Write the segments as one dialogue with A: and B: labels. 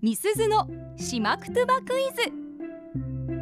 A: みすずのしまくとばクイズ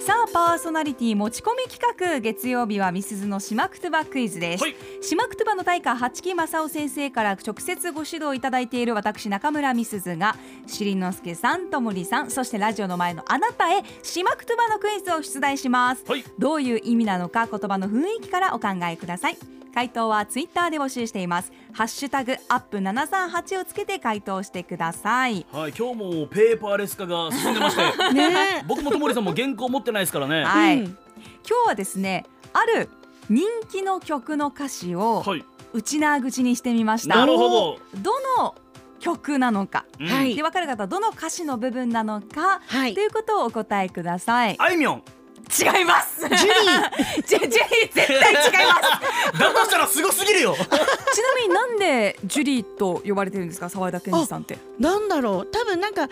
A: さあパーソナリティ持ち込み企画月曜日はみすずのしまくとばクイズです、
B: はい
A: しまくとばの大家八木正夫先生から直接ご指導いただいている私中村みすずがしりのすけさんともりさんそしてラジオの前のあなたへしまくとばのクイズを出題します
B: はい
A: どういう意味なのか言葉の雰囲気からお考えください回答はツイッターで募集していますハッシュタグアップ738をつけて回答してくださ い
B: はい今日もペーパーレス化が進んでまして
C: ね
B: 僕もともりさんも原稿持ってないですからねは
A: はい、
C: うん
A: 今日はですねある人気の曲の歌詞を
B: い
A: 内縄口にしてみました
B: なるほど
A: どの曲なのか
B: うん
C: はい
A: で分かる方はどの歌詞の部分なのか
C: は
A: と
C: い。
A: いうことをお答えください
B: あいみょん
A: 違います ジュ
C: ジュ
A: リージュリー絶対違います
B: だとしたらすごすぎるよ
A: ちなみになんでジュリーと呼ばれてるんですか沢田研二さんって
C: なんだろう。多分なんか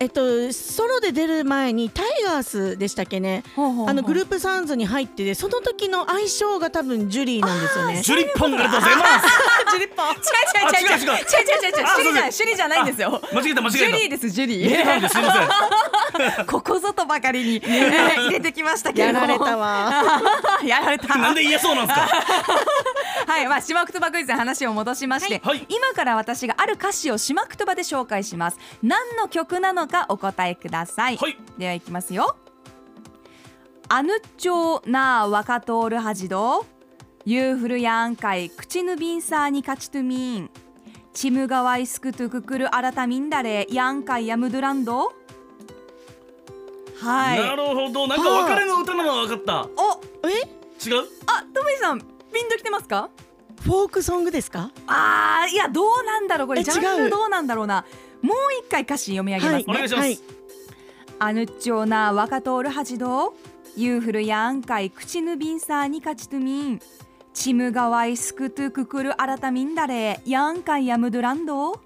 C: えっとソロで出る前にタイガースでしたっけね。あのグル
A: ー
C: ープサウンズに入っててその時の相性が多分ジュリーなんですよ ね。
B: ジュリッポンありがとうございます
A: プ ジュリッパ違う違う違う違う違う違う違う違う
B: あ違う違うあ
A: シュリじゃないシ
B: そうそう
A: ュリじゃないんですよ
B: 間違えた間違
A: ジュリ
B: え
A: ーですジュリ
B: た見え
A: ー
B: たんですすいませ ん
A: ここぞとばかりに入れてきました けれ
C: や
A: ど
C: ら
A: も
C: れたわ。
A: やられた
B: なんで言えそうなんですか
A: はい、まあ、しまくとばクイズの話を戻しまして、
B: はいはい
A: 今から私がある歌詞をしまくとばで紹介します。何の曲なのかお答えください。
B: はい
A: では、いきますよ。あぬっちょうなあ若とおるはじど。ゆうふるやんかい、口ぬびんさーに勝ちとみん。ちむがわいすくとくくるあらたみんだれ、やんかいやむどらんど。はい。
B: なるほどなんか別れの歌なのは分かっ
A: お、
C: え？
B: た違う
A: あ、ともりさん、ピンときてますか。
C: フォークソングですか？
A: あーいやどうなんだろうこれ
C: え
A: ジャン
C: 違
A: ル
C: う
A: どうなんだろうなもう一回歌詞読み上げます
B: お
A: ね、
B: 願いします
C: はい
A: あぬっちょうな若とおるはじどゆうふるやんかい口ぬびんさーにかちとみんちむがわいすくとくくるあらたみんだれやんかいやむどらんど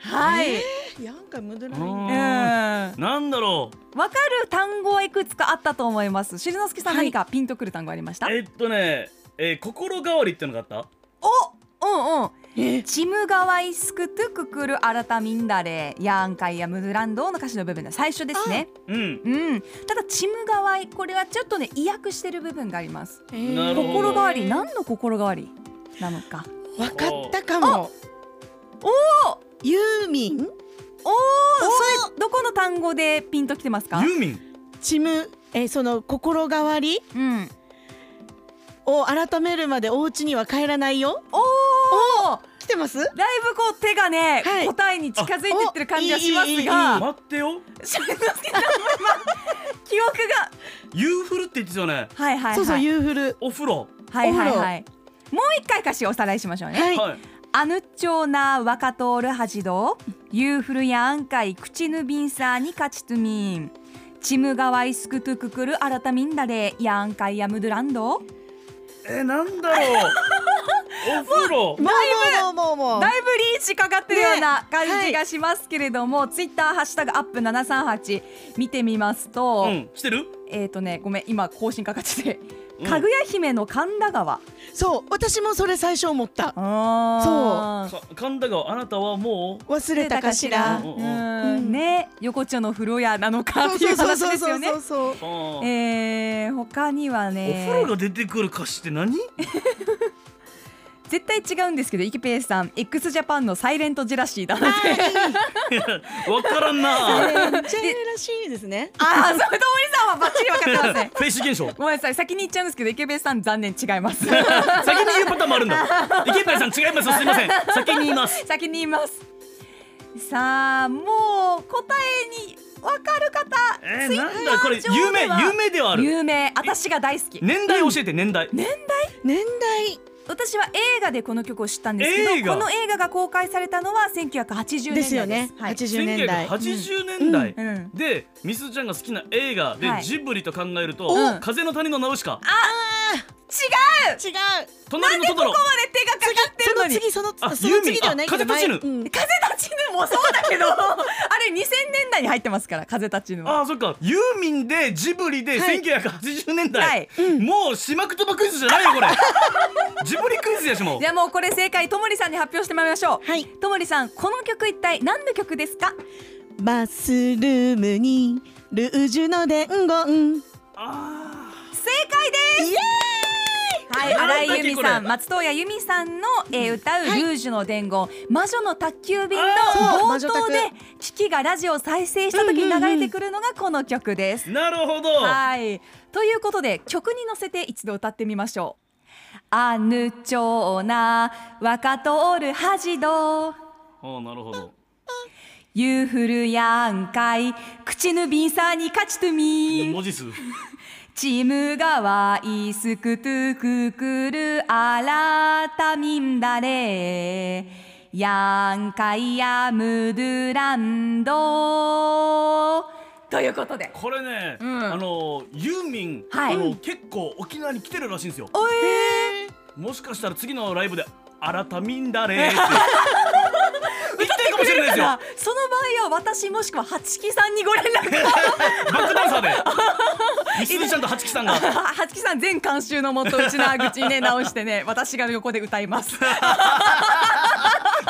A: はい、
C: いやなんかムドラ
B: う
C: イン。
B: ーんなんだろう
A: わかる単語はいくつかあったと思いますしりのすけさん、
C: はい
A: 何かピンとくる単語ありました
B: えっとね、えー、心変わりってのがあった
A: おうんうん
C: え
A: ちむがわいすくとくくるあらたみんだれやんかいやむどらんどの歌詞の部分だ最初ですね
B: うん
A: うん、ただチムがわいこれはちょっとね意訳してる部分があります
C: ー
B: なるほど
A: 心変わり何の心変わりなのか
C: わかったかも。
A: おお
C: ユーミ
A: お
C: ン、
A: おそれどこの単語でピンときてますか
B: ユーミン
C: チム、えーその心変わり
A: うん
C: を改めるまでお家には帰らないよ。
A: おお
C: 来てます？
A: だいぶこう手がね、
C: はい
A: 答えに近づいてってる感じはしま
C: あおいいい
A: す
C: いいい
A: が
B: 待って
A: し
B: よ
A: ゅんのすけさんも今記憶が
B: ユーフルって言ってたよね
A: はいはいはい
C: そうそうユーフル。
B: お風呂
A: はいはい
C: お風
A: はいもう一回歌詞をおさらいしましょうね
C: はい。
B: はい
A: あぬっちょうな若とおるはじどゆうふるやんかい口ぬびんさーにかちつみんちむがわいすくとくくるあらたみんだれやんかいやむどらんど
B: えー、なんだろう お風呂
C: もうもうもうもうもう
A: だいぶリーチかかってるような感じがしますけれども、ツイッターハッシュタグアップ738見てみますと、
B: うんしてる
A: えっ、とねごめん今更新かかってて、
B: うん
A: かぐや姫の神田川
C: そう私もそれ最初思った
A: あー
B: か神田川あなたはもう
C: 忘れたかしら
B: う
A: うん
B: うん
C: うん
A: んね横丁の風呂屋なのか
C: そ
A: っ
C: う
A: てい
C: そううそう
A: 話
C: そう
A: です
C: そ
A: よ
C: う
A: ね
C: そうそう
B: あー
A: えー、他には
B: お
A: ね
B: 風呂が出てくる歌詞って何
A: 絶対違うんですけどイケペイさん x ジャパンのサイレントジェラシーだなって
B: わからんな
C: めっちゃいいらしいですね
A: ああそうともりさんはバッチリ分かって ますね
B: フェイス現象
A: ごめんなさい先に言っちゃうんですけどイケペイさん残念違います
B: 先に言うパターンもあるんだ池谷さん違いますすい ません先に言いま す
A: 先に言いますさあもう答えに分かる方
B: え
A: ツ
B: ー、
A: イッ
B: なんだこれ
A: ター上
B: 有名
A: では
B: 有名ではある
A: 有名私が大好き、
B: 年代教えて年代
C: 年代
A: 私は映画でこの曲を知ったんですけ
B: 映
A: ど
B: 画
A: この映画が公開されたのは1980年代
C: で
A: ですす
C: よね
A: はい、
C: 80年代
B: 1980年代
A: うんうん
B: でミスちゃんが好きな映画で
A: はい
B: ジブリと考えると
A: うん
B: 「風の谷のナウシカ
A: 違う
C: 違う」
B: 「隣のトトロ
A: ここまで手がかかってる
C: そ
A: の
C: の
A: に
C: 次その
B: あ
C: そ
B: ユ
C: の
B: ーミン
C: 次ではないけど
B: あ風立ちぬ
C: 前うん
A: 風立ちぬもそうだけどあれ2000年代に入ってますから風立ちぬは
B: ああそっかユーミンでジブリで
A: はい
B: 1980年代、
A: はい
B: もうしまくとばクイズじゃないよ これジブリクイズやしもう
A: じゃあもうこれ正解ともりさんに発表してまいりましょう
C: はい
A: ともりさんこの曲一体何の曲ですか
C: バスルームにルージュの伝言
B: あー
A: 正解ですはい、
B: なんだ
A: 新
B: っ
A: 井
B: け
A: 由美
B: これ
A: さん、松任谷由実さんの、えー歌うル
C: はい
A: ージュの伝言、魔女の宅急便の
B: あ
C: ーそう
A: 冒
C: 魔女
A: 頭
C: 宅
A: でキキがラジオを再生した時に流れてくるのがこの曲です。
B: なるほど
A: はい、ということで曲に乗せて一度歌ってみましょう。アヌチョーナ若通る恥ど
B: おーなるほど
A: ユーフルやんかい口ぬびんさに勝ちとみ
B: 文字数
A: チムがわいすくとくくるあらたみんだれやんかいやむどらんどということで
B: これね、
A: ん
B: あのユーミン、
A: はい
B: あの結構沖縄に来てるらしいんですよ
A: お
B: もしかしたら次のライブで「あらたみんだれ」 って言ってるかもしれないですよ
A: らその場合は私もしくは八木さんにご連絡
B: バックダンサーでミスズちゃんと八木さん が
A: 八木さん全監修のもとうちの口にね直して ね私が横で歌います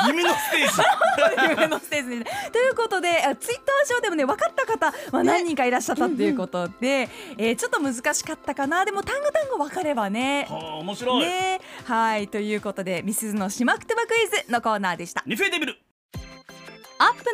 B: 夢のステージ
A: 夢のステージにねということであツイッター上でもね分かった方、まあ、何人かいらっしゃったということで、えーちょっと難しかったかなでも単語単語分かればね。
B: はあ面白い、
A: ねはいということでミスズのしまくとばクイズのコーナーでした
B: ニフェーデビル
A: アップ